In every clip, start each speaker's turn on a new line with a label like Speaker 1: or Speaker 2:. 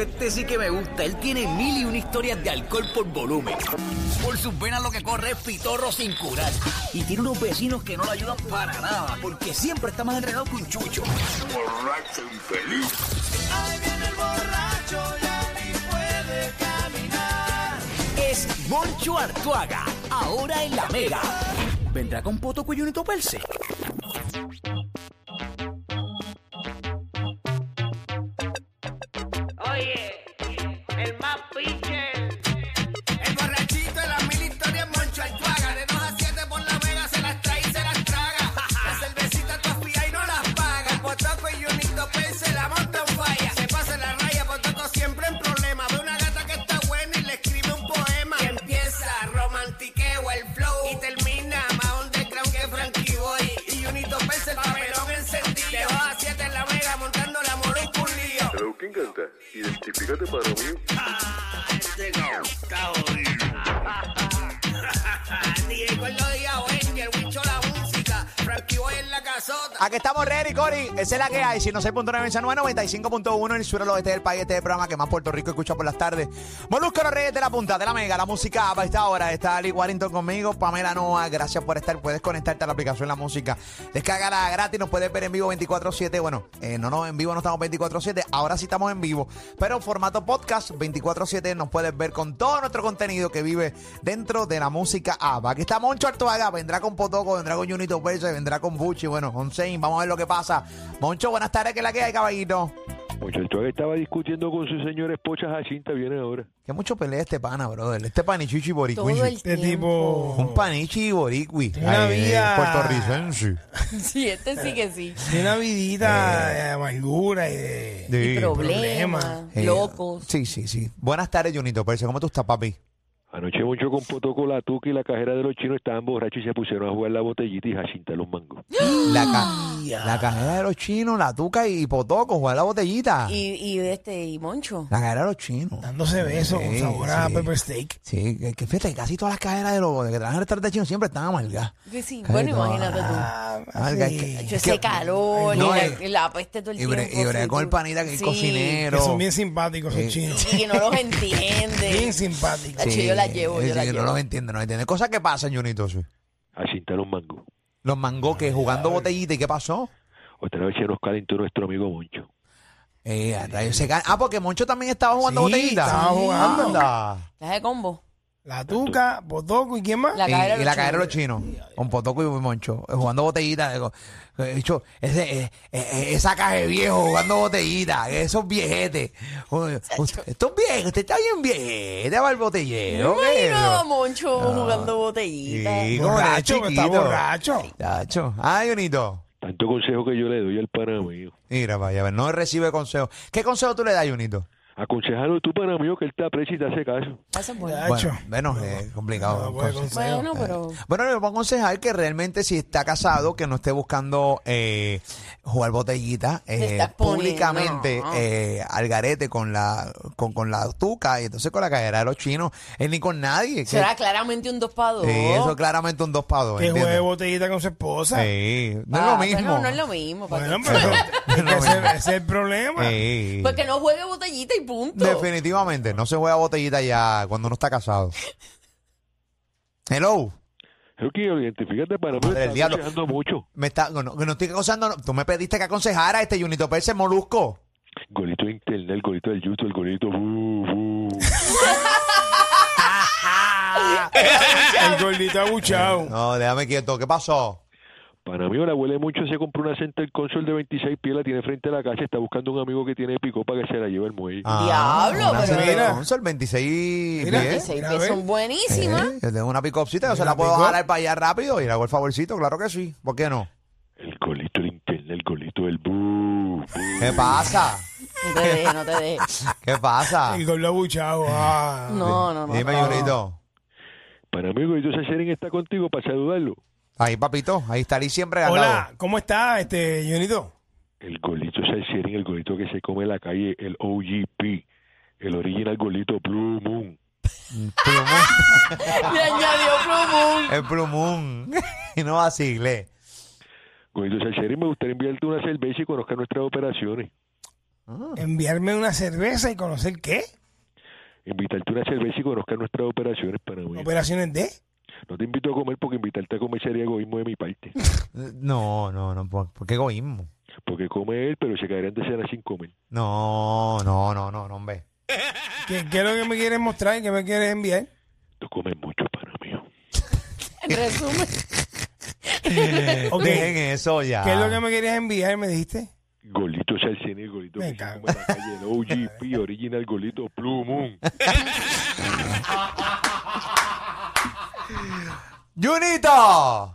Speaker 1: Este sí que me gusta. Él tiene mil y una historias de alcohol por volumen. Por sus venas lo que corre es pitorro sin curar. Y tiene unos vecinos que no lo ayudan para nada, porque siempre está más enredado que un chucho.
Speaker 2: borracho infeliz.
Speaker 3: Ahí viene el borracho, ya ni puede caminar.
Speaker 1: Es Moncho Artuaga, ahora en la Mega. ¿Vendrá con Poto Cuyunito Perse?
Speaker 4: Oye, el más pinche.
Speaker 3: El borrachito de las mil historias, Moncho Artuaga. De 2 a 7 por la vega se las trae y se las traga. La cervecita tofía y no las paga. El Potoco y Junito Pérez se la monta en falla. Se pasa la raya, Potoco siempre en problema. Ve una gata que está buena y le escribe un poema. Y empieza romantiqueo el flow. Y termina más underground que Frankie Boy. Y Junito Pérez el papelón encendido. De 2 a 7 en la vega montando la morón un lío.
Speaker 2: Hello, ¿quién canta? Identifícate para mí.
Speaker 3: Diego en los días y el bicho la música. Frankie Boy en la casota.
Speaker 5: Aquí estamos ready, Cori. Esa es la que hay. Si no 6.9 en San Juan, 95.1 en el sur al oeste del país. Este es el programa que más Puerto Rico escucha por las tardes. Molusco los Reyes de la Punta, de la Mega, la música para esta hora. Está Ali Warrington conmigo, Pamela Noa. Gracias por estar. Puedes conectarte a la aplicación La Música. Descárgala gratis, nos puedes ver en vivo 24-7. Bueno, eh, no, no, en vivo no estamos 24-7. Ahora sí estamos en vivo. Pero formato podcast 24-7 nos puedes ver con todo nuestro contenido que vive dentro de la música app. Aquí está Moncho Artoaga, vendrá con Potoco, vendrá con Junito Perse, vendrá con Buchi, bueno, con Sein. Vamos a ver lo que pasa. Moncho, buenas tardes, que es la que hay, caballito.
Speaker 6: Muchacho que Pues estaba discutiendo con su señora esposa Jacinta, viene ahora.
Speaker 5: Que mucho pelea este pana, brother. Este panichichi
Speaker 7: Todo
Speaker 5: boricui.
Speaker 7: el
Speaker 8: Este
Speaker 7: tiempo.
Speaker 5: Un panichi boricui.
Speaker 8: Una
Speaker 5: Ay, eh,
Speaker 8: vida.
Speaker 5: Puertorricense.
Speaker 7: Sí, este sí que sí.
Speaker 8: De una vidita de amargura y de...
Speaker 5: Sí.
Speaker 7: Problemas,
Speaker 5: Eh,
Speaker 7: locos.
Speaker 5: Sí, sí, sí. Buenas tardes, Junito Perse. ¿Cómo tú estás, papi?
Speaker 6: Anoche mucho con Potoco, la tuca y la cajera de los chinos estaban borrachos y se pusieron a jugar la botellita y Jacinta los mangos.
Speaker 5: La, ca la cajera de los chinos, la tuca y Potoco, jugar la botellita.
Speaker 7: Y, y este, y Moncho.
Speaker 5: La cajera de los chinos.
Speaker 8: Dándose besos con
Speaker 5: Sí,
Speaker 8: sabor a
Speaker 5: sí.
Speaker 8: pepper steak.
Speaker 5: Sí, que, que fíjate, que casi todas las cajeras de los que trabajan en restaurantes chinos siempre están amargas.
Speaker 7: Sí, sí,
Speaker 5: Casi
Speaker 7: bueno,
Speaker 5: todas.
Speaker 7: imagínate tú.
Speaker 8: Ah,
Speaker 5: Amargas,
Speaker 8: sí.
Speaker 5: es que-
Speaker 7: Yo
Speaker 5: es que-
Speaker 7: ese calor
Speaker 5: No,
Speaker 7: y,
Speaker 5: eh,
Speaker 7: la, y la peste todo el
Speaker 5: y bre-
Speaker 7: tiempo.
Speaker 5: y bregar
Speaker 7: sí,
Speaker 5: con el
Speaker 7: tú-
Speaker 5: panita que es
Speaker 7: sí,
Speaker 5: cocinero.
Speaker 8: Que son bien simpáticos,
Speaker 5: Sí.
Speaker 8: son chinos.
Speaker 7: Y que no los
Speaker 8: Bien
Speaker 7: entiende.
Speaker 8: simpáticos.
Speaker 7: Tacho, yo la llevo, yo
Speaker 5: sí,
Speaker 7: la
Speaker 5: que
Speaker 7: llevo.
Speaker 5: No los entiendo, no los entiendo. Cosas que pasan, Junito. sí.
Speaker 6: Jacinta los mangos.
Speaker 5: Los mangoques jugando botellita. ¿Y qué pasó?
Speaker 6: Otra vez se nos calentó nuestro amigo Moncho.
Speaker 5: Eh, a rayos, se ca- Ah, porque Moncho también estaba jugando
Speaker 8: Sí,
Speaker 5: botellita.
Speaker 8: estaba jugando.
Speaker 5: Anda.
Speaker 7: Las de combo.
Speaker 8: La tuca, potoco y quién más.
Speaker 7: La
Speaker 5: Y,
Speaker 7: cajera
Speaker 5: y la
Speaker 7: de
Speaker 5: cajera de
Speaker 7: los
Speaker 5: los chinos, con Potoco y Moncho, eh, jugando botellita. digo, eh, dicho, ese, eh, eh, esa caja de viejo jugando botellita, esos viejetes. Uy, usted- Estos viejos, usted está bien viejete, va el botellero. ¿qué es
Speaker 7: Mira,
Speaker 5: eso?
Speaker 7: Moncho jugando botellita.
Speaker 5: Sí, como era
Speaker 8: borracho, que está
Speaker 5: chiquito.
Speaker 8: borracho.
Speaker 5: Chacho. Ay, bonito.
Speaker 6: Tanto consejo que yo le doy al pana mío.
Speaker 5: Mira, vaya, a ver, no recibe consejos. ¿Qué consejo tú le das, Junito?
Speaker 6: Aconsejalo tú, pana mío, que él te aprecia y te hace caso.
Speaker 7: Eso es bueno.
Speaker 8: Borracho.
Speaker 5: Bueno, bueno, es complicado.
Speaker 8: No puede
Speaker 5: Conse-
Speaker 8: consejo.
Speaker 7: Bueno, pero.
Speaker 5: Bueno, le voy a aconsejar que realmente si está casado, que no esté buscando eh, jugar botellita eh,
Speaker 7: estás poniendo,
Speaker 5: públicamente
Speaker 7: ¿no?
Speaker 5: eh, al garete con la con, con la tuca y entonces con la cajera de los chinos, eh, ni con nadie. que-
Speaker 7: Será claramente un dos para dos.
Speaker 5: Sí, eso es claramente un dos pavos.
Speaker 8: Que juegue botellita con su esposa.
Speaker 5: no es lo
Speaker 7: Ah, pero
Speaker 5: mismo.
Speaker 7: No, no es lo mismo. ¿para
Speaker 8: Bueno,
Speaker 7: qué?
Speaker 8: pero
Speaker 5: Es lo
Speaker 8: ese,
Speaker 5: mismo.
Speaker 8: ese es el problema.
Speaker 5: Ey.
Speaker 7: Porque no juegue botellita y punto.
Speaker 5: Definitivamente, no se juega botellita ya cuando uno está casado. Hello.
Speaker 6: Creo que identifícate para mí.
Speaker 5: Madre del
Speaker 6: está
Speaker 5: diablo.
Speaker 6: aconsejando mucho.
Speaker 5: Me está, no, no estoy acosando. no. Tú me pediste que aconsejara a este Junito Perse Molusco.
Speaker 6: Golito de internet, el golito del YouTube, el golito. bu, bu.
Speaker 8: El gordito abuchado.
Speaker 5: No, déjame quieto. ¿Qué pasó?
Speaker 6: Para mí, la huele mucho. Se compró una Center Console de 26 pies, la tiene frente a la casa. Está buscando un amigo que tiene pico para que se la lleve al muelle.
Speaker 7: Diablo,
Speaker 5: Ah, una
Speaker 8: pero-
Speaker 5: Mira.
Speaker 8: Mira.
Speaker 5: Console 26
Speaker 8: Mira.
Speaker 5: pies.
Speaker 7: Seis
Speaker 8: Mira,
Speaker 7: pies
Speaker 8: a ver.
Speaker 7: son buenísimas.
Speaker 5: Eh, yo tengo una pick-upcita, yo se la
Speaker 8: Una
Speaker 5: puedo
Speaker 8: pick-up.
Speaker 5: jalar para allá rápido y le hago el favorcito, claro que sí. ¿Por qué no?
Speaker 6: El golito del internet, el golito del bu. bu.
Speaker 5: ¿Qué pasa?
Speaker 7: No te dejes, no te dejes.
Speaker 5: ¿Qué pasa?
Speaker 8: El gordito abuchado. Ah.
Speaker 7: No, no, no.
Speaker 5: Dime,
Speaker 7: no.
Speaker 5: Junito.
Speaker 6: Para mí, yo sé Seren está contigo para saludarlo.
Speaker 5: Ahí, papito, ahí estaré siempre al
Speaker 8: Hola,
Speaker 5: lado.
Speaker 8: ¿cómo está este Junito?
Speaker 6: El golito Seren, el golito que se come en la calle, el OGP, el original golito Blue Moon.
Speaker 5: Blue Moon,
Speaker 7: Le añadió Blue Moon.
Speaker 5: el Blue Moon. y no vacile.
Speaker 6: Golito Seren, me gustaría enviarte una cerveza y conozca nuestras operaciones.
Speaker 8: Enviarme una cerveza y conocer qué.
Speaker 6: Invitarte una cerveza y conozca nuestras operaciones para mí.
Speaker 8: Operaciones de.
Speaker 6: No te invito a comer porque invitarte a comer sería egoísmo de mi parte.
Speaker 5: No, no, no, ¿por, por qué egoísmo?
Speaker 6: Porque come él, pero se caerán de cena sin comer.
Speaker 5: No, no, no, no, no, hombre.
Speaker 8: ¿Qué, qué es lo que me quieres mostrar y qué me quieres enviar?
Speaker 6: Tú comes mucho, para mí.
Speaker 7: En resumen,
Speaker 8: Ok.
Speaker 5: Dejen eso ya.
Speaker 8: ¿Qué es lo que me querías enviar? Me dijiste.
Speaker 6: Golito Salsini, el golito
Speaker 8: Me
Speaker 6: que se
Speaker 8: cago.
Speaker 6: come en la calle, el OGP, original golito Blue Moon.
Speaker 5: ¡Junito!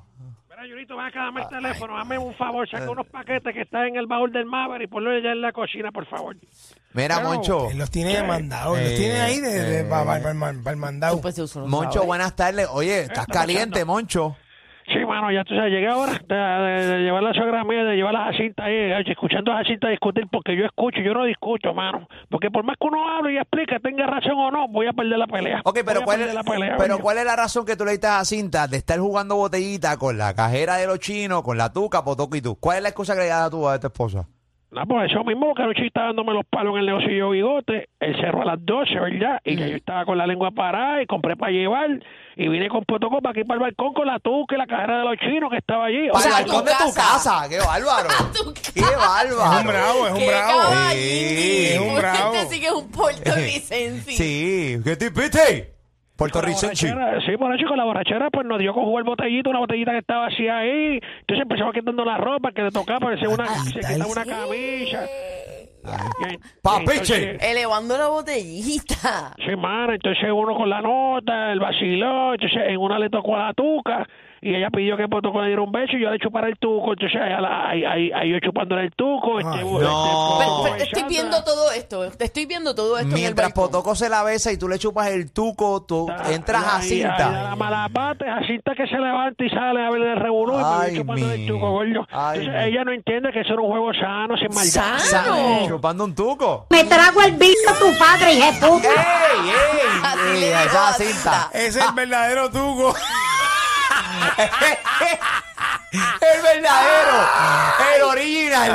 Speaker 9: Mira, Junito, ven acá, dame
Speaker 5: Ah,
Speaker 9: el teléfono, dame un favor,
Speaker 5: Eh.
Speaker 9: saca unos paquetes que están en el baúl del Maverick y ponlo allá en la cocina, por favor.
Speaker 5: Mira, Moncho.
Speaker 8: Él los tiene de mandado.
Speaker 5: Oh. Eh,
Speaker 8: los tiene ahí de,
Speaker 5: eh.
Speaker 8: para el mandado.
Speaker 7: pues se usó un
Speaker 5: Moncho,
Speaker 7: sabor.
Speaker 5: buenas tardes. Oye, estás caliente, Moncho.
Speaker 9: Sí, mano, ya tú sabes, llegué ahora de, de- de llevar la suegra mía, de llevar la Jacinta ahí, oye, escuchando a Jacinta discutir, porque yo escucho, yo no discuto, mano. Porque por más que uno hable y explique, tenga razón o no, voy a perder la pelea.
Speaker 5: Ok,
Speaker 9: Voy
Speaker 5: pero
Speaker 9: a
Speaker 5: ¿cuál,
Speaker 9: perder
Speaker 5: es,
Speaker 9: la pelea,
Speaker 5: pero
Speaker 9: oye.
Speaker 5: ¿cuál es la razón que tú le diste a Cinta de estar jugando botellita con la cajera de los chinos, con la tuca, Potoco y tú? ¿Cuál es la excusa que le das tú a tu esposa?
Speaker 9: No, por pues eso mismo, Caruchi está dándome los palos en el negocio y yo bigote. Él cerró a las 12, ¿verdad? Y ya yo estaba con la lengua parada y compré para llevar. Y vine con protocolo para aquí para el balcón con la tuca y la cajera de los chinos que estaba allí.
Speaker 5: ¡Para
Speaker 7: sea,
Speaker 5: el balcón
Speaker 7: tu
Speaker 5: de tu
Speaker 7: casa.
Speaker 5: casa! ¡Qué bárbaro!
Speaker 7: Tu
Speaker 5: ¡Qué bárbaro!
Speaker 8: Es un bravo, es un
Speaker 7: ¡Qué
Speaker 8: bravo.
Speaker 7: caballín!
Speaker 5: Sí,
Speaker 8: es un bravo.
Speaker 7: Este sí que es un puertorricense.
Speaker 5: Sí, ¿qué te viste? Puertorricense.
Speaker 9: borrachera, sí, por eso y con la borrachera pues nos dio con jugar botellita, una botellita que estaba así ahí. Entonces empezaba quitando la ropa que le tocaba, parecía una, se
Speaker 8: está
Speaker 9: quitaba
Speaker 8: el-
Speaker 9: una camisa. Y ahí-
Speaker 5: Papiche.
Speaker 9: entonces-
Speaker 7: Elevando la botellita.
Speaker 9: Sí, mano, entonces uno con la nota, el vacilón, entonces en una le tocó a la tuca y ella pidió que Potoco le diera un beso y yo le chupara el tuco, entonces a la- ahí, ahí, ahí yo chupándole el tuco. este,
Speaker 8: Ay,
Speaker 9: este,
Speaker 5: no.
Speaker 9: este,
Speaker 7: Pero- pero te estoy
Speaker 9: besándola.
Speaker 7: viendo todo esto. Te estoy viendo todo esto. en el
Speaker 5: Mientras
Speaker 7: balcón.
Speaker 5: Potoco se la besa y tú le chupas el tuco, tú entras a
Speaker 9: Ahí, ahí, a
Speaker 5: Cinta.
Speaker 9: la malapate, a Cinta que se levanta y sale a ver el revolú y me
Speaker 5: Ay,
Speaker 9: voy chupando
Speaker 5: mi-
Speaker 9: el tuco, gordo.
Speaker 5: Ay,
Speaker 9: Entonces
Speaker 5: mi-
Speaker 9: ella no entiende que eso era un juego sano, sin maldad.
Speaker 5: Sa-
Speaker 7: ¡Sano!
Speaker 5: Chupando un tuco.
Speaker 10: Ah, Me trago el visto tu padre, hija de
Speaker 5: ¡Ey,
Speaker 10: puta.
Speaker 7: Así
Speaker 5: ey!
Speaker 7: le
Speaker 5: ey,
Speaker 7: dijo
Speaker 5: esa
Speaker 7: a
Speaker 5: Cinta.
Speaker 7: Cinta.
Speaker 8: Ese es el verdadero tuco.
Speaker 5: El verdadero, el original, el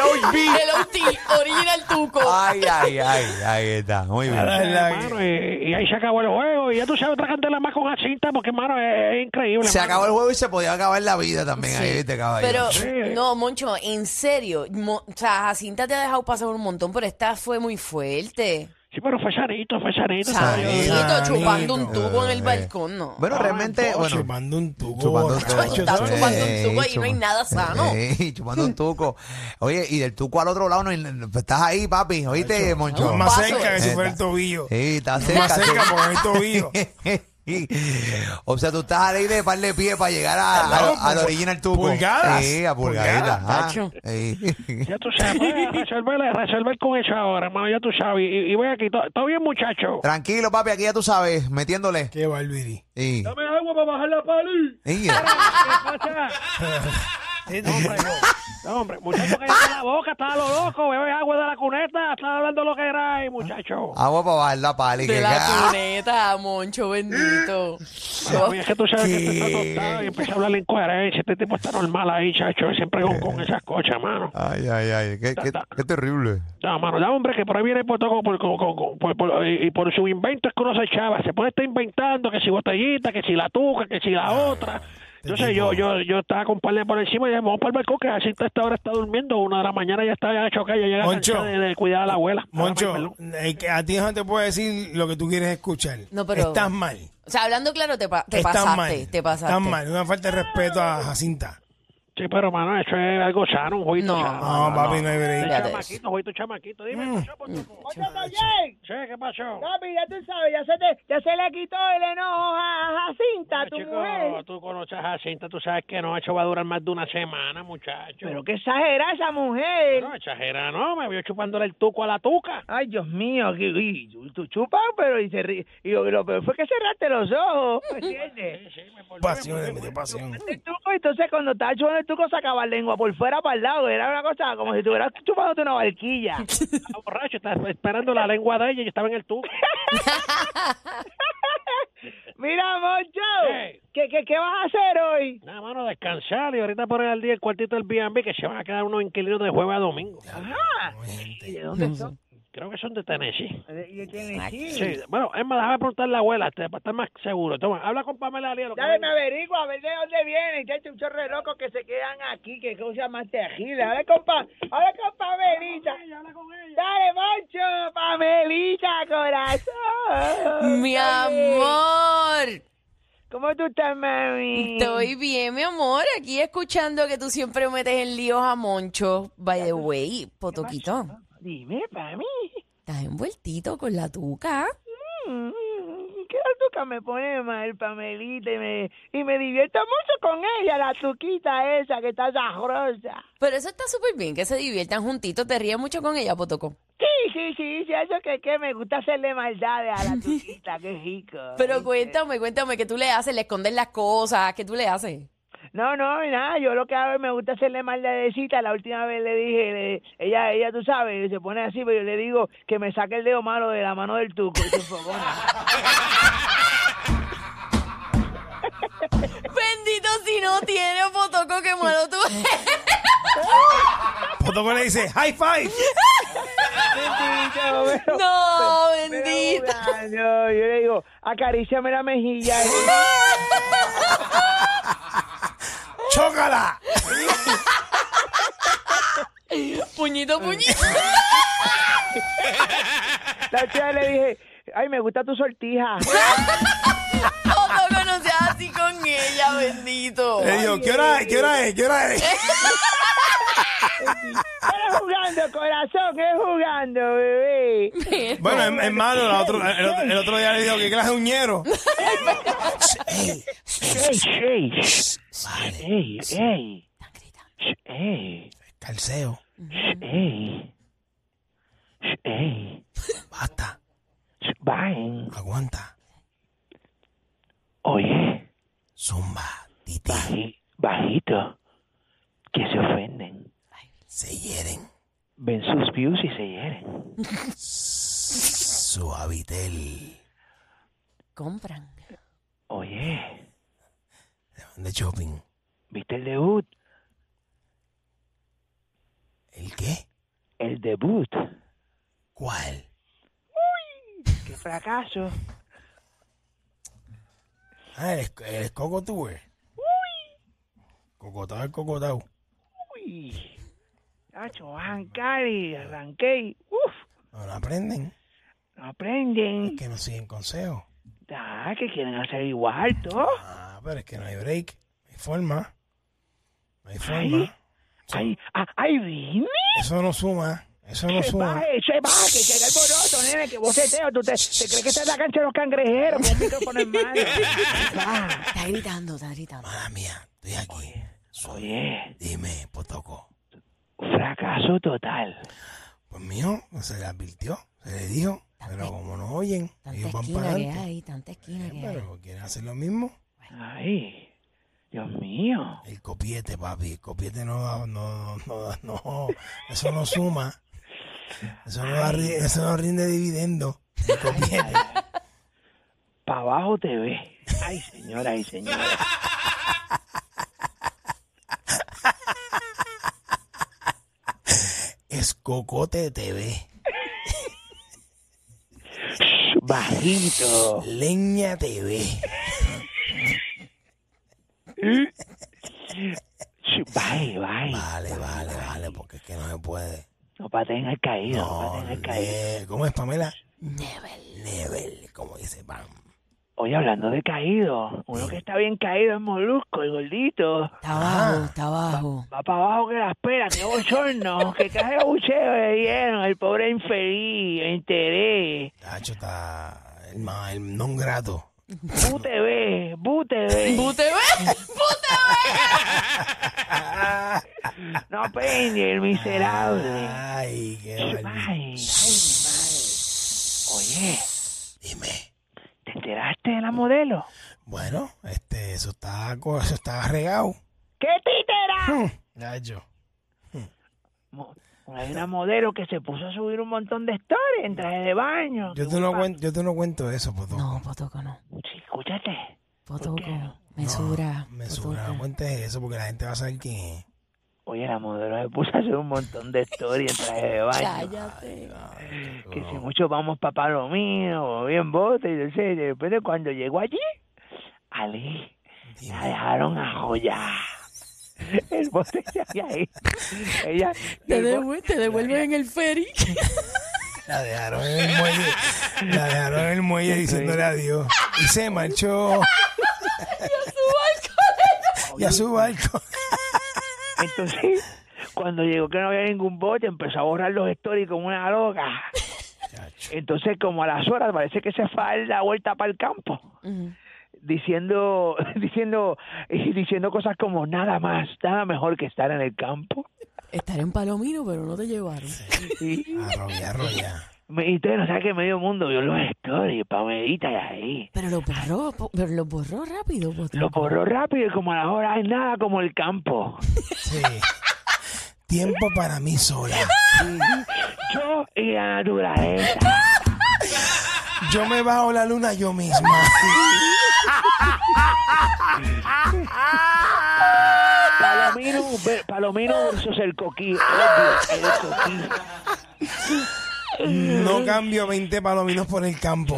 Speaker 5: OG.
Speaker 7: El OT, original tuco.
Speaker 5: Ay, ay, ay, ahí está, muy bien.
Speaker 8: la-
Speaker 9: Mano, y, y ahí se acabó el juego y ya tú sabes otra cantela más con Jacinta porque mano es, es increíble
Speaker 5: Se
Speaker 9: mano.
Speaker 5: acabó el juego y se podía acabar la vida también
Speaker 7: Sí.
Speaker 5: ahí, viste, caballo.
Speaker 7: Pero,
Speaker 9: Sí.
Speaker 7: no, Moncho, en serio. Mo- o sea, Jacinta te ha dejado pasar un montón, pero esta fue muy fuerte.
Speaker 9: Sí, pero fue sanito, fue sanito.
Speaker 7: Sanito,
Speaker 9: ¿sabes?
Speaker 8: Sanito.
Speaker 7: chupando un tubo en
Speaker 5: Eh.
Speaker 7: el balcón, no.
Speaker 5: bueno, realmente, bueno,
Speaker 8: chupando un tuco.
Speaker 5: chupando un
Speaker 8: borracho,
Speaker 5: tuco.
Speaker 7: Está
Speaker 8: ¿sabes?
Speaker 7: chupando un
Speaker 5: Ey,
Speaker 7: tuco y no hay
Speaker 5: chupa-
Speaker 7: nada sano.
Speaker 5: Ey, chupando un tuco. Oye, y del tuco al otro lado, no, no, pues, estás ahí, papi, oíste, Moncho.
Speaker 8: Lo más
Speaker 7: Paso.
Speaker 8: cerca que si fuera el
Speaker 5: Está-
Speaker 8: tobillo.
Speaker 5: Sí, estás
Speaker 8: Lo más
Speaker 5: cerca.
Speaker 8: cerca
Speaker 5: tú.
Speaker 8: porque es el tobillo.
Speaker 5: o sea, tú estás a ley de par de pie para llegar a, a,
Speaker 8: Claro, pues,
Speaker 5: al original tuco.
Speaker 8: pulgadas.
Speaker 5: Sí, a pulgaditas.
Speaker 8: Pulgadas,
Speaker 5: ajá.
Speaker 7: tacho.
Speaker 5: Sí.
Speaker 9: Ya tú sabes, voy a resolver, resolver con eso ahora, hermano, ya tú sabes. Y, y voy aquí, ¿todo todo bien, muchacho?
Speaker 5: Tranquilo, papi, aquí ya tú sabes, metiéndole.
Speaker 8: Qué barbirí.
Speaker 5: Sí.
Speaker 9: Dame agua para bajar la pali.
Speaker 5: Sí.
Speaker 9: ¿Qué pasa? No, hombre, muchacho, que la boca, está lo loco, bebe agua de la cuneta, está hablando lo que era, muchacho.
Speaker 5: Agua para bajar la pali.
Speaker 7: De
Speaker 5: que-
Speaker 7: la
Speaker 5: ¡Ah!
Speaker 7: cuneta, Moncho, bendito.
Speaker 9: Oye, es que tú sabes que está tostado y empieza a hablar en coherencia. Este tipo está normal ahí, chacho, siempre con, con esas cosas, hermano.
Speaker 5: Ay, ay, ay, qué, qué- qué terrible.
Speaker 9: No, mano, no, hombre, que por ahí viene por todo, por, con- con- con- por- por- y, y por su invento es que uno se echaba. Se puede estar inventando que si botellita, que si la tuca, que si la otra. Entonces yo, yo, yo estaba con par de por encima y dije, vamos para el balcón, que así está esta hora está durmiendo, una de la mañana ya está ya chocada, ya llega
Speaker 8: Moncho.
Speaker 9: cansada de, de cuidar a la abuela. Ah,
Speaker 8: Moncho,
Speaker 9: perdón.
Speaker 8: eh, que a ti no te puedo decir lo que tú quieres escuchar.
Speaker 7: No, pero-
Speaker 8: Estás mal.
Speaker 7: O sea, hablando claro, te, pa- te
Speaker 8: Estás
Speaker 7: pasaste,
Speaker 8: mal.
Speaker 7: te pasaste.
Speaker 8: Estás mal. Una falta de respeto a Jacinta.
Speaker 9: Sí, pero mano, eso es algo sano, un jueguito
Speaker 7: No,
Speaker 9: sano.
Speaker 8: No, papi, no hay
Speaker 9: Un
Speaker 8: break.
Speaker 7: Fíjate eso.
Speaker 9: chamaquito, un jueguito chamaquito.
Speaker 8: Mm.
Speaker 9: Dime, ¿qué pasó, Moncho? Sí, ¿qué pasó?
Speaker 10: Papi, ya tú sabes, ya se, te, ya se le quitó el enojo a Jacinta,
Speaker 9: Ah, chico, tú conoces a Jacinta, tú sabes que no, eso va a durar más de una semana, muchacho.
Speaker 10: Pero qué exagera esa mujer.
Speaker 9: No, exagera, no, me vio chupándole el tuco a la tuca.
Speaker 10: Ay, Dios mío, que- y, tú chupas, pero y se ríe. Y lo peor fue que cerraste los ojos, ¿me entiendes?
Speaker 8: Pasión, le metió pasión.
Speaker 10: El tuco, entonces cuando estaba chupando el tuco sacaba lengua por fuera para el lado, era una cosa como si estuvieras chupándote una barquilla.
Speaker 9: Estaba borracho, estaba esperando la lengua de ella y estaba en el tuco.
Speaker 10: Mira, Moncho, ¿qué, qué, qué vas a hacer hoy?
Speaker 9: Nada, mano, descansar y ahorita poner al día el cuartito del B&B que se van a quedar unos inquilinos de jueves a domingo.
Speaker 10: Ajá. Ah, ¿Y de dónde son? Eh,
Speaker 9: Creo que son de Tennessee.
Speaker 10: ¿Y de Tennessee?
Speaker 9: Sí, bueno, es más, déjame preguntarle a la abuela este, para estar más seguro. Toma, habla con Pamela Alía. lo que
Speaker 10: Dale, me
Speaker 9: venga.
Speaker 10: averiguo a ver de dónde vienen. Ya hay un chorro de locos que se este quedan aquí, que cosas más terribles. Dale, compa, dale, compa, Melita. Dale, Moncho, Pamelita, corazón.
Speaker 7: Mi
Speaker 10: Dale.
Speaker 7: amor.
Speaker 10: ¿Cómo tú estás, mami?
Speaker 7: Estoy bien, mi amor. Aquí escuchando que tú siempre metes en líos a Moncho. By the way, Potoquito.
Speaker 10: Dime, mami.
Speaker 7: Estás envueltito con la tuca.
Speaker 10: Mm, ¿Qué la tuca me pone mal, Pamelita? Y me, y me divierto mucho con ella, la tuquita esa que está sabrosa.
Speaker 7: Pero eso está súper bien, que se diviertan juntitos. Te ríes mucho con ella, Potoco.
Speaker 10: Sí, sí, sí, sí, eso que, que me gusta hacerle maldades a la tuquita, qué rico.
Speaker 7: Pero cuéntame, cuéntame, ¿qué tú le haces? ¿Le escondes las cosas? ¿Qué tú le haces?
Speaker 10: No, no, nada, yo lo que hago es me gusta hacerle maldadecita. La última vez le dije, le- ella, ella, tú sabes, se pone así, pero yo le digo que me saque el dedo malo de la mano del tuco. y se enfogona.
Speaker 7: Bendito si no tiene Potoco, qué malo tú eres.
Speaker 8: Potoco le dice, high five.
Speaker 10: Bendito, pero-
Speaker 7: No,
Speaker 10: pero
Speaker 7: bendito.
Speaker 10: una- no, yo le digo, acaríciame la mejilla.
Speaker 8: ¡Chócala!
Speaker 7: Puñito, puñito.
Speaker 10: La última vez le dije, ay, me gusta tu sortija.
Speaker 7: Potoco, no seas así con ella, bendito.
Speaker 8: Le digo, ¿qué hora es? ¿Qué hora es? ¿Qué hora es?
Speaker 10: Era jugando, corazón, es jugando, bebé.
Speaker 8: Bueno, es, es malo. la otro- el, otro- el otro día le digo, ¿qué clase de uñero?
Speaker 9: Ey, ey, ey, ey, ey,
Speaker 8: Calceo.
Speaker 9: ey, ey,
Speaker 8: Basta.
Speaker 9: vain.
Speaker 8: Aguanta.
Speaker 9: Oye,
Speaker 8: Zumba. Titi.
Speaker 9: baji- bajito, que se ofenden.
Speaker 8: Se hieren.
Speaker 9: Ven sus views y se hieren.
Speaker 8: Suavitel.
Speaker 7: Compran.
Speaker 9: Oye,
Speaker 8: De shopping.
Speaker 9: ¿viste el debut?
Speaker 8: ¿El qué?
Speaker 9: El debut.
Speaker 8: ¿Cuál?
Speaker 10: Qué fracaso.
Speaker 8: Ah, eres, eres cocotú, eh. Cocotado es cocotado.
Speaker 10: Uy. Nacho, Cari, arranqué. Uf,
Speaker 8: No lo aprenden.
Speaker 10: no aprenden.
Speaker 8: Es que no siguen consejos.
Speaker 10: Ah, que quieren hacer igual, ¿no?
Speaker 8: Ah, pero es que no hay break. No hay forma. No hay forma.
Speaker 10: Ay, ah, ay, dime.
Speaker 8: Eso no suma. Eso no
Speaker 10: Se
Speaker 8: suma.
Speaker 10: baje, se baje, que llega el boroto, nene, que boceteo. ¿Tú te, te crees que está en la cancha de los cangrejeros con un micrófono en mano? Ah,
Speaker 7: Está gritando, está gritando.
Speaker 8: Mala mía, estoy aquí.
Speaker 9: Oye,
Speaker 8: Dime, pues Potoco.
Speaker 9: fracaso total.
Speaker 8: Pues mío, se le advirtió, se le dijo. Pero como no oyen,
Speaker 7: Tanta
Speaker 8: ellos van para
Speaker 7: esquina que
Speaker 8: adelante.
Speaker 7: hay, tanta esquina que hay.
Speaker 8: Pero quieren hacer lo mismo.
Speaker 9: Ay, Dios mío.
Speaker 8: El copiete, papi. El copiete no da, no, no, da- no. Eso no suma. Eso no, da ri- eso no rinde dividendo. El copiete.
Speaker 9: Pa' abajo te ve. Ay, señora, ay, señora.
Speaker 8: Es Cocote TV.
Speaker 9: Bajito.
Speaker 8: Leña TV.
Speaker 9: Bye, bye.
Speaker 8: Vale, vale, vale, porque es que no se puede.
Speaker 9: No pateen al caído, no
Speaker 8: No,
Speaker 9: pateen al caído.
Speaker 8: ne- ¿Cómo es, Pamela? Nebel. Nebel, como dice Pam.
Speaker 9: Oye, hablando de caído, uno que está bien caído es Molusco, el gordito.
Speaker 7: Está abajo, está abajo.
Speaker 9: Va para abajo que la espera, qué bochorno, que cae de bucheo le dieron, el pobre infeliz, me enteré.
Speaker 8: Tacho está el, ma- el non grato.
Speaker 9: Bu te ve, bu te ve.
Speaker 7: ¡Pute ve!
Speaker 9: No pende, el miserable.
Speaker 8: Ay, qué mal.
Speaker 9: Ay, ay, mi madre. Oye,
Speaker 8: Dime.
Speaker 9: ¿te enteraste de la modelo?
Speaker 8: Bueno, este, eso está, co- eso está Mm. regado.
Speaker 10: ¡Qué títera!
Speaker 8: Tacho.
Speaker 9: Mo-
Speaker 10: Hay una modelo que se puso a subir un montón de stories en traje de baño.
Speaker 8: Yo te no cuento, yo te no cuento eso, pues.
Speaker 7: No, Potoco, no.
Speaker 9: Sí,
Speaker 10: Escúchate.
Speaker 7: Potoco, mesura.
Speaker 8: Mesura, cuente eso porque la gente va a saber quién es.
Speaker 10: Oye, la modelo me puso a hacer un montón de stories en traje de baño. Que si mucho vamos para Palomino, o bien bote, y entonces, después de cuando llegó allí, Ali, la dejaron a joya. El bote se había ido. Ella,
Speaker 7: Te,
Speaker 10: el bo-
Speaker 7: devuel- te devuelven en el ferry.
Speaker 8: La dejaron en el muelle. La dejaron en el muelle diciéndole adiós. Y se marchó. Y a su barco.
Speaker 10: Entonces, cuando llegó que no había ningún bote, empezó a borrar los stories como una loca. Entonces, como a las horas, parece que se fue a dar la vuelta para el campo, diciendo, diciendo, y diciendo cosas como nada más, nada mejor que estar en el campo.
Speaker 7: Estar en Palomino, pero no te llevaron.
Speaker 10: Y,
Speaker 8: Arrolla, arrolla.
Speaker 10: me, y ustedes no saben que medio mundo vio los stories, Pamelita y ahí.
Speaker 7: Pero lo borró, po- pero lo borró rápido. Potoco.
Speaker 10: Lo borró rápido y como a las horas hay nada como el campo.
Speaker 8: Sí. Tiempo para mí sola.
Speaker 10: Yo y la naturaleza.
Speaker 8: Yo me bajo la luna yo misma.
Speaker 10: Palomino, ver- Palomino versus el coquí. Obvio, el coquí.
Speaker 8: No cambio 20 palominos por el campo.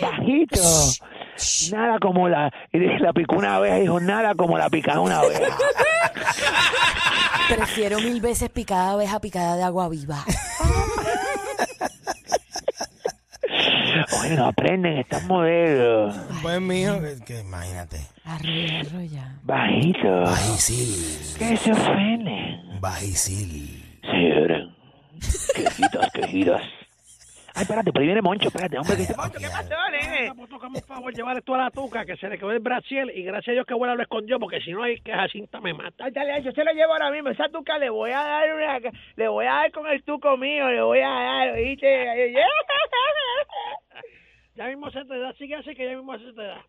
Speaker 10: Bajito. Nada como la. La picó una abeja, dijo, nada como la picada una abeja.
Speaker 7: Prefiero mil veces picada abeja picada de agua viva.
Speaker 10: Bueno, aprenden estos modelos.
Speaker 8: Pues mío, que, que imagínate.
Speaker 7: Arroya, arroya.
Speaker 10: Bajito.
Speaker 8: Bajisil.
Speaker 10: Que se ofenden.
Speaker 8: Bajisil.
Speaker 10: Se lloran. Quejitos, quejidos. Ay, espérate, pero ahí viene Moncho, espérate, hombre, que Moncho, ¿qué pasa?
Speaker 9: Por favor, llevar esto a la tuca que se le quedó el brasiel y gracias a Dios que abuela lo escondió porque si no hay que Jacinta me mata. yo se lo llevo ahora mismo, esa tuca le voy a dar una- le voy a dar con el tuco mío, le voy a dar, ¿oíste? Ya mismo se te da, sigue así que ya mismo se te da.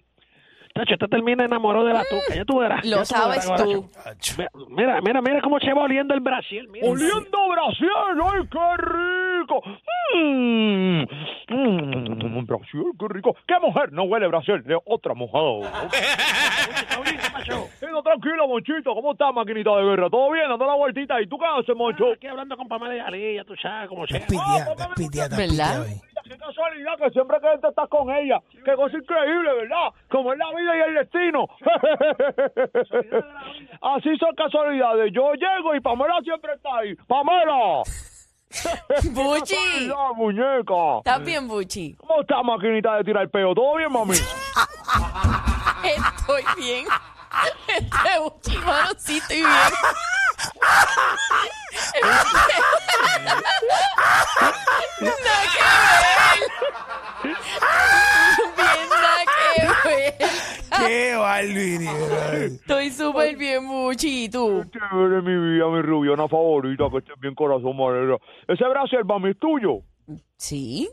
Speaker 10: Tacho, te este termina enamorado
Speaker 9: Ah.
Speaker 10: de la tuca, ya tú verás.
Speaker 7: Lo sabes tú.
Speaker 10: Mira, mira, mira cómo se va oliendo el Brasil. Mira. Oliendo Brasil, ay, qué rico. Mmm, mmm, Brasil, qué rico. ¿Qué mujer no huele Brasil? De otra mujer. Tranquilo, tranquilo, Monchito. ¿Cómo estás, maquinita de guerra? ¿Todo bien? Dando la vueltita. ¿Y tú qué haces, Moncho?
Speaker 9: Estoy hablando con Pamela de Ali, ya tú sabes cómo se
Speaker 8: Estás pitiado, estás pitiado, estás
Speaker 7: ¿Verdad?
Speaker 8: pitiado hoy.
Speaker 10: Qué casualidad que siempre que te estás con ella. Qué cosa increíble, ¿verdad? Como es la vida y el destino. Así son casualidades. Yo llego y Pamela siempre está ahí. ¡Pamela!
Speaker 7: Buchi.
Speaker 10: ¡La muñeca!
Speaker 7: ¿Estás bien, Buchi?
Speaker 10: ¿Cómo está, maquinita de tirar peo? ¿Todo bien, mami?
Speaker 7: Estoy bien. Este Buchi, mano, sí estoy bien. Nada que ver. Bien, nada que ver.
Speaker 8: ¡Qué bárbaro!
Speaker 7: Estoy súper bien, Buchi. ¿Y tú?
Speaker 10: Chévere, mi vida, mi rubiana favorita, que estés bien corazón, manera. Ese brasier, mami, es tuyo.
Speaker 7: Sí.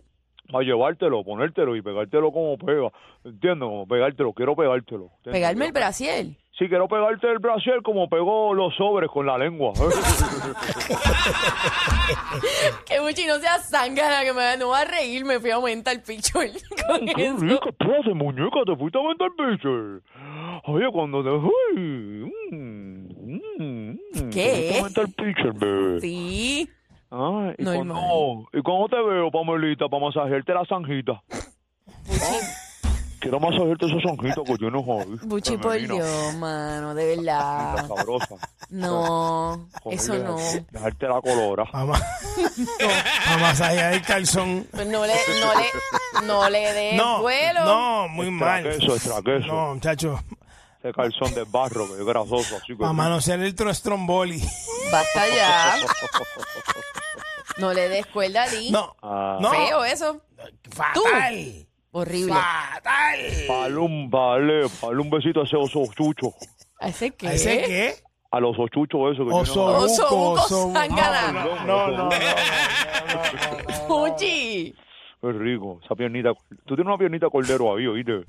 Speaker 10: A llevártelo, ponértelo y pegártelo como pega. ¿Entiendes? Como pegártelo, quiero pegártelo. ¿Entiendes?
Speaker 7: Pegarme el brasiel.
Speaker 10: Sí, quiero pegarte el brasier como pegó los sobres con la lengua.
Speaker 7: Que Buchi no sea zángana, que me va- no va a reír, me fui a aumentar el picture con
Speaker 10: ¡Qué
Speaker 7: eso.
Speaker 10: rico! ¿Qué haces, muñeca? ¿Te fuiste a vender biche? Oye, cuando te... ¡Ay! Mm, mm,
Speaker 7: ¿Qué?
Speaker 10: ¿Te fuiste a vender biche, bebé?
Speaker 7: Sí.
Speaker 10: Ah, ¿y,
Speaker 7: Normal.
Speaker 10: cuando, ¿Y cuando te veo, Pamelita, para masajearte la zanjita? Quiero masajearte esa zanjita que tienes hoy.
Speaker 7: Buchi, por
Speaker 10: femenina,
Speaker 7: Dios, mano, de verdad.
Speaker 10: Sabrosa.
Speaker 7: No, eso
Speaker 10: Cogerle-
Speaker 7: no.
Speaker 10: Dejarte la colora.
Speaker 8: Vamos a masajear el calzón.
Speaker 7: Pues No le, no le, no le des
Speaker 8: No,
Speaker 7: vuelo.
Speaker 8: no, muy
Speaker 10: Extra
Speaker 8: mal.
Speaker 10: queso, extra queso.
Speaker 8: No, muchacho,
Speaker 10: Ese calzón de barro que es grasoso. Así que...
Speaker 6: Pues,
Speaker 8: para manosear el tro- estromboli.
Speaker 7: Basta ya. No le des cuerda a Lee.
Speaker 8: No,
Speaker 10: Ah.
Speaker 8: no.
Speaker 7: Feo eso.
Speaker 8: Fatal.
Speaker 7: Horrible.
Speaker 8: Fatal.
Speaker 10: Palum, vale, palum, un besito a ese oso chucho.
Speaker 7: ¿Ese qué?
Speaker 8: ¿Ese qué?
Speaker 10: A los osochuchos eso que
Speaker 6: Pues
Speaker 8: Oso,
Speaker 7: Oso, buco,
Speaker 8: oso,
Speaker 7: zángana.
Speaker 10: tienen. No, no, no.
Speaker 7: Buchi.
Speaker 10: Es rico, esa piernita. Tú tienes una piernita cordero ahí, oíste.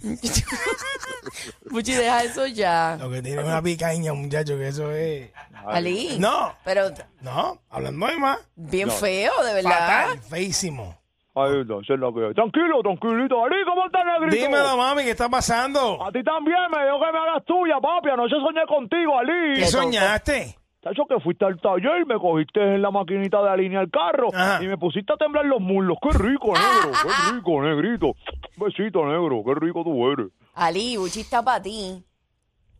Speaker 7: Buchi, deja eso ya.
Speaker 8: Lo que tiene es una picaña, muchacho, que eso es.
Speaker 7: Ali.
Speaker 8: No,
Speaker 7: Pero
Speaker 8: no, hablando de más.
Speaker 7: bien feo, de verdad.
Speaker 8: Fatal, feísimo. Ahí está, esa es la que hay. Tranquilo, tranquilito. Ari, ¿cómo estás, negrito?
Speaker 6: Dímelo, mami, ¿qué está pasando?
Speaker 8: A ti también me dijo que me hagas tuya, papi. Anoche soñé contigo, Ali.
Speaker 6: ¿Qué soñaste?
Speaker 8: Tacho, que fuiste al taller, me cogiste en la maquinita de alinear el carro
Speaker 6: Ajá.
Speaker 8: y me pusiste a temblar los muslos. ¡Qué rico, negro! ¡Qué rico, negrito! Besito, negro. ¡Qué rico tú eres!
Speaker 7: Ali, Buchi está para ti.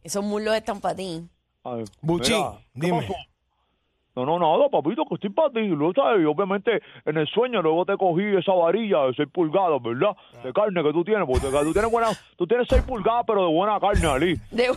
Speaker 7: Esos muslos están para ti.
Speaker 8: Ay,
Speaker 6: Buchi,
Speaker 8: mira, ¿qué
Speaker 6: dime.
Speaker 8: pasó? No, no, nada, papito, que estoy para ti. Lo sabes, y obviamente en el sueño luego te cogí esa varilla de 6 pulgadas, ¿verdad?
Speaker 6: Ah.
Speaker 8: De carne que tú tienes, porque tú tienes buena, tú tienes 6 pulgadas, pero de buena carne, Ali.
Speaker 7: De-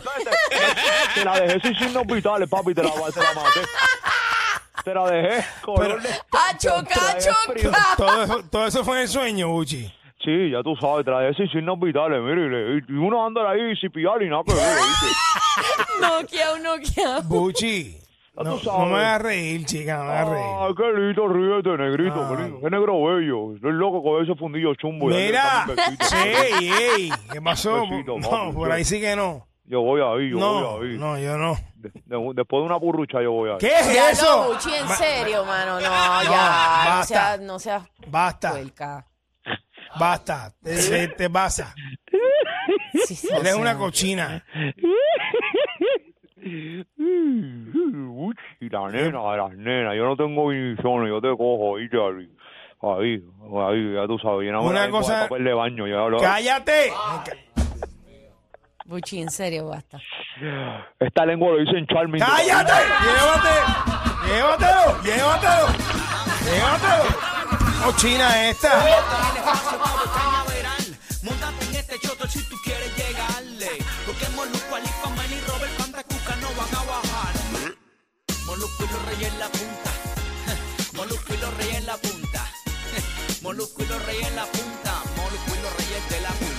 Speaker 8: Te la dejé sin signos vitales, papi, te la, te la maté. Te la dejé. color de-
Speaker 7: ¡Acho, cacho, ca-
Speaker 6: Todo eso, todo eso fue en el sueño, Buchi.
Speaker 8: Sí, ya tú sabes, te la dejé sin signos vitales, mire, y, y uno anda ahí sin pillar y nada que ver, ¿viste?
Speaker 7: Noqueado, noqueado.
Speaker 6: Buchi.
Speaker 8: Ya
Speaker 6: No,
Speaker 8: tú
Speaker 6: no
Speaker 8: sabes.
Speaker 6: me hagas reír, chica, no me hagas reír.
Speaker 8: Ah, qué lindo, ríete, negrito,
Speaker 6: Ah.
Speaker 8: qué lindo. Qué negro bello. Estoy loco con ese fundillo chumbo. Ya,
Speaker 6: Mira,
Speaker 8: dame un besito.
Speaker 6: ey, ey, ¿qué pasó?
Speaker 8: Besito,
Speaker 6: No,
Speaker 8: papi,
Speaker 6: por ahí sí que no.
Speaker 8: Yo voy ahí, yo
Speaker 6: No,
Speaker 8: voy ahí.
Speaker 6: no, yo no.
Speaker 8: De- de- después de una burrucha yo voy ahí.
Speaker 6: ¿Qué es
Speaker 7: Ya, no,
Speaker 6: eso?
Speaker 7: Buchi, en
Speaker 6: Ba-
Speaker 7: serio, mano. No,
Speaker 6: No,
Speaker 7: ya.
Speaker 6: basta.
Speaker 7: No seas, no seas
Speaker 6: Basta,
Speaker 7: puerca.
Speaker 6: basta, te, te, te pasa.
Speaker 7: Sí, sí,
Speaker 6: Eres
Speaker 7: sí.
Speaker 6: una cochina.
Speaker 8: Uy, la nena, las nenas. Yo no tengo inhibiciones, yo te cojo, ¿viste? Ahí, ahí, ahí, ya tú sabes. lléname
Speaker 6: Una
Speaker 8: la lengua de
Speaker 6: cosa-
Speaker 8: papel de baño, ya lo-
Speaker 6: ¡Cállate!
Speaker 7: Buchi, en serio, basta.
Speaker 8: Esta lengua lo dicen Charmin.
Speaker 6: ¡Cállate! ¡Llévate! ¡Llévatelo! ¡Llévatelo! ¡Llévatelo! ¡Cochina esta!
Speaker 1: Montate en este choto si tú quieres llegarle. Porque Molusco, Alifa, Manny, Robert, Panda, Cuca no van a bajar. Molusco y los reyes en la punta. Molusco y los reyes en la punta. Molusco y los reyes en la punta. Molusco y los reyes de la punta.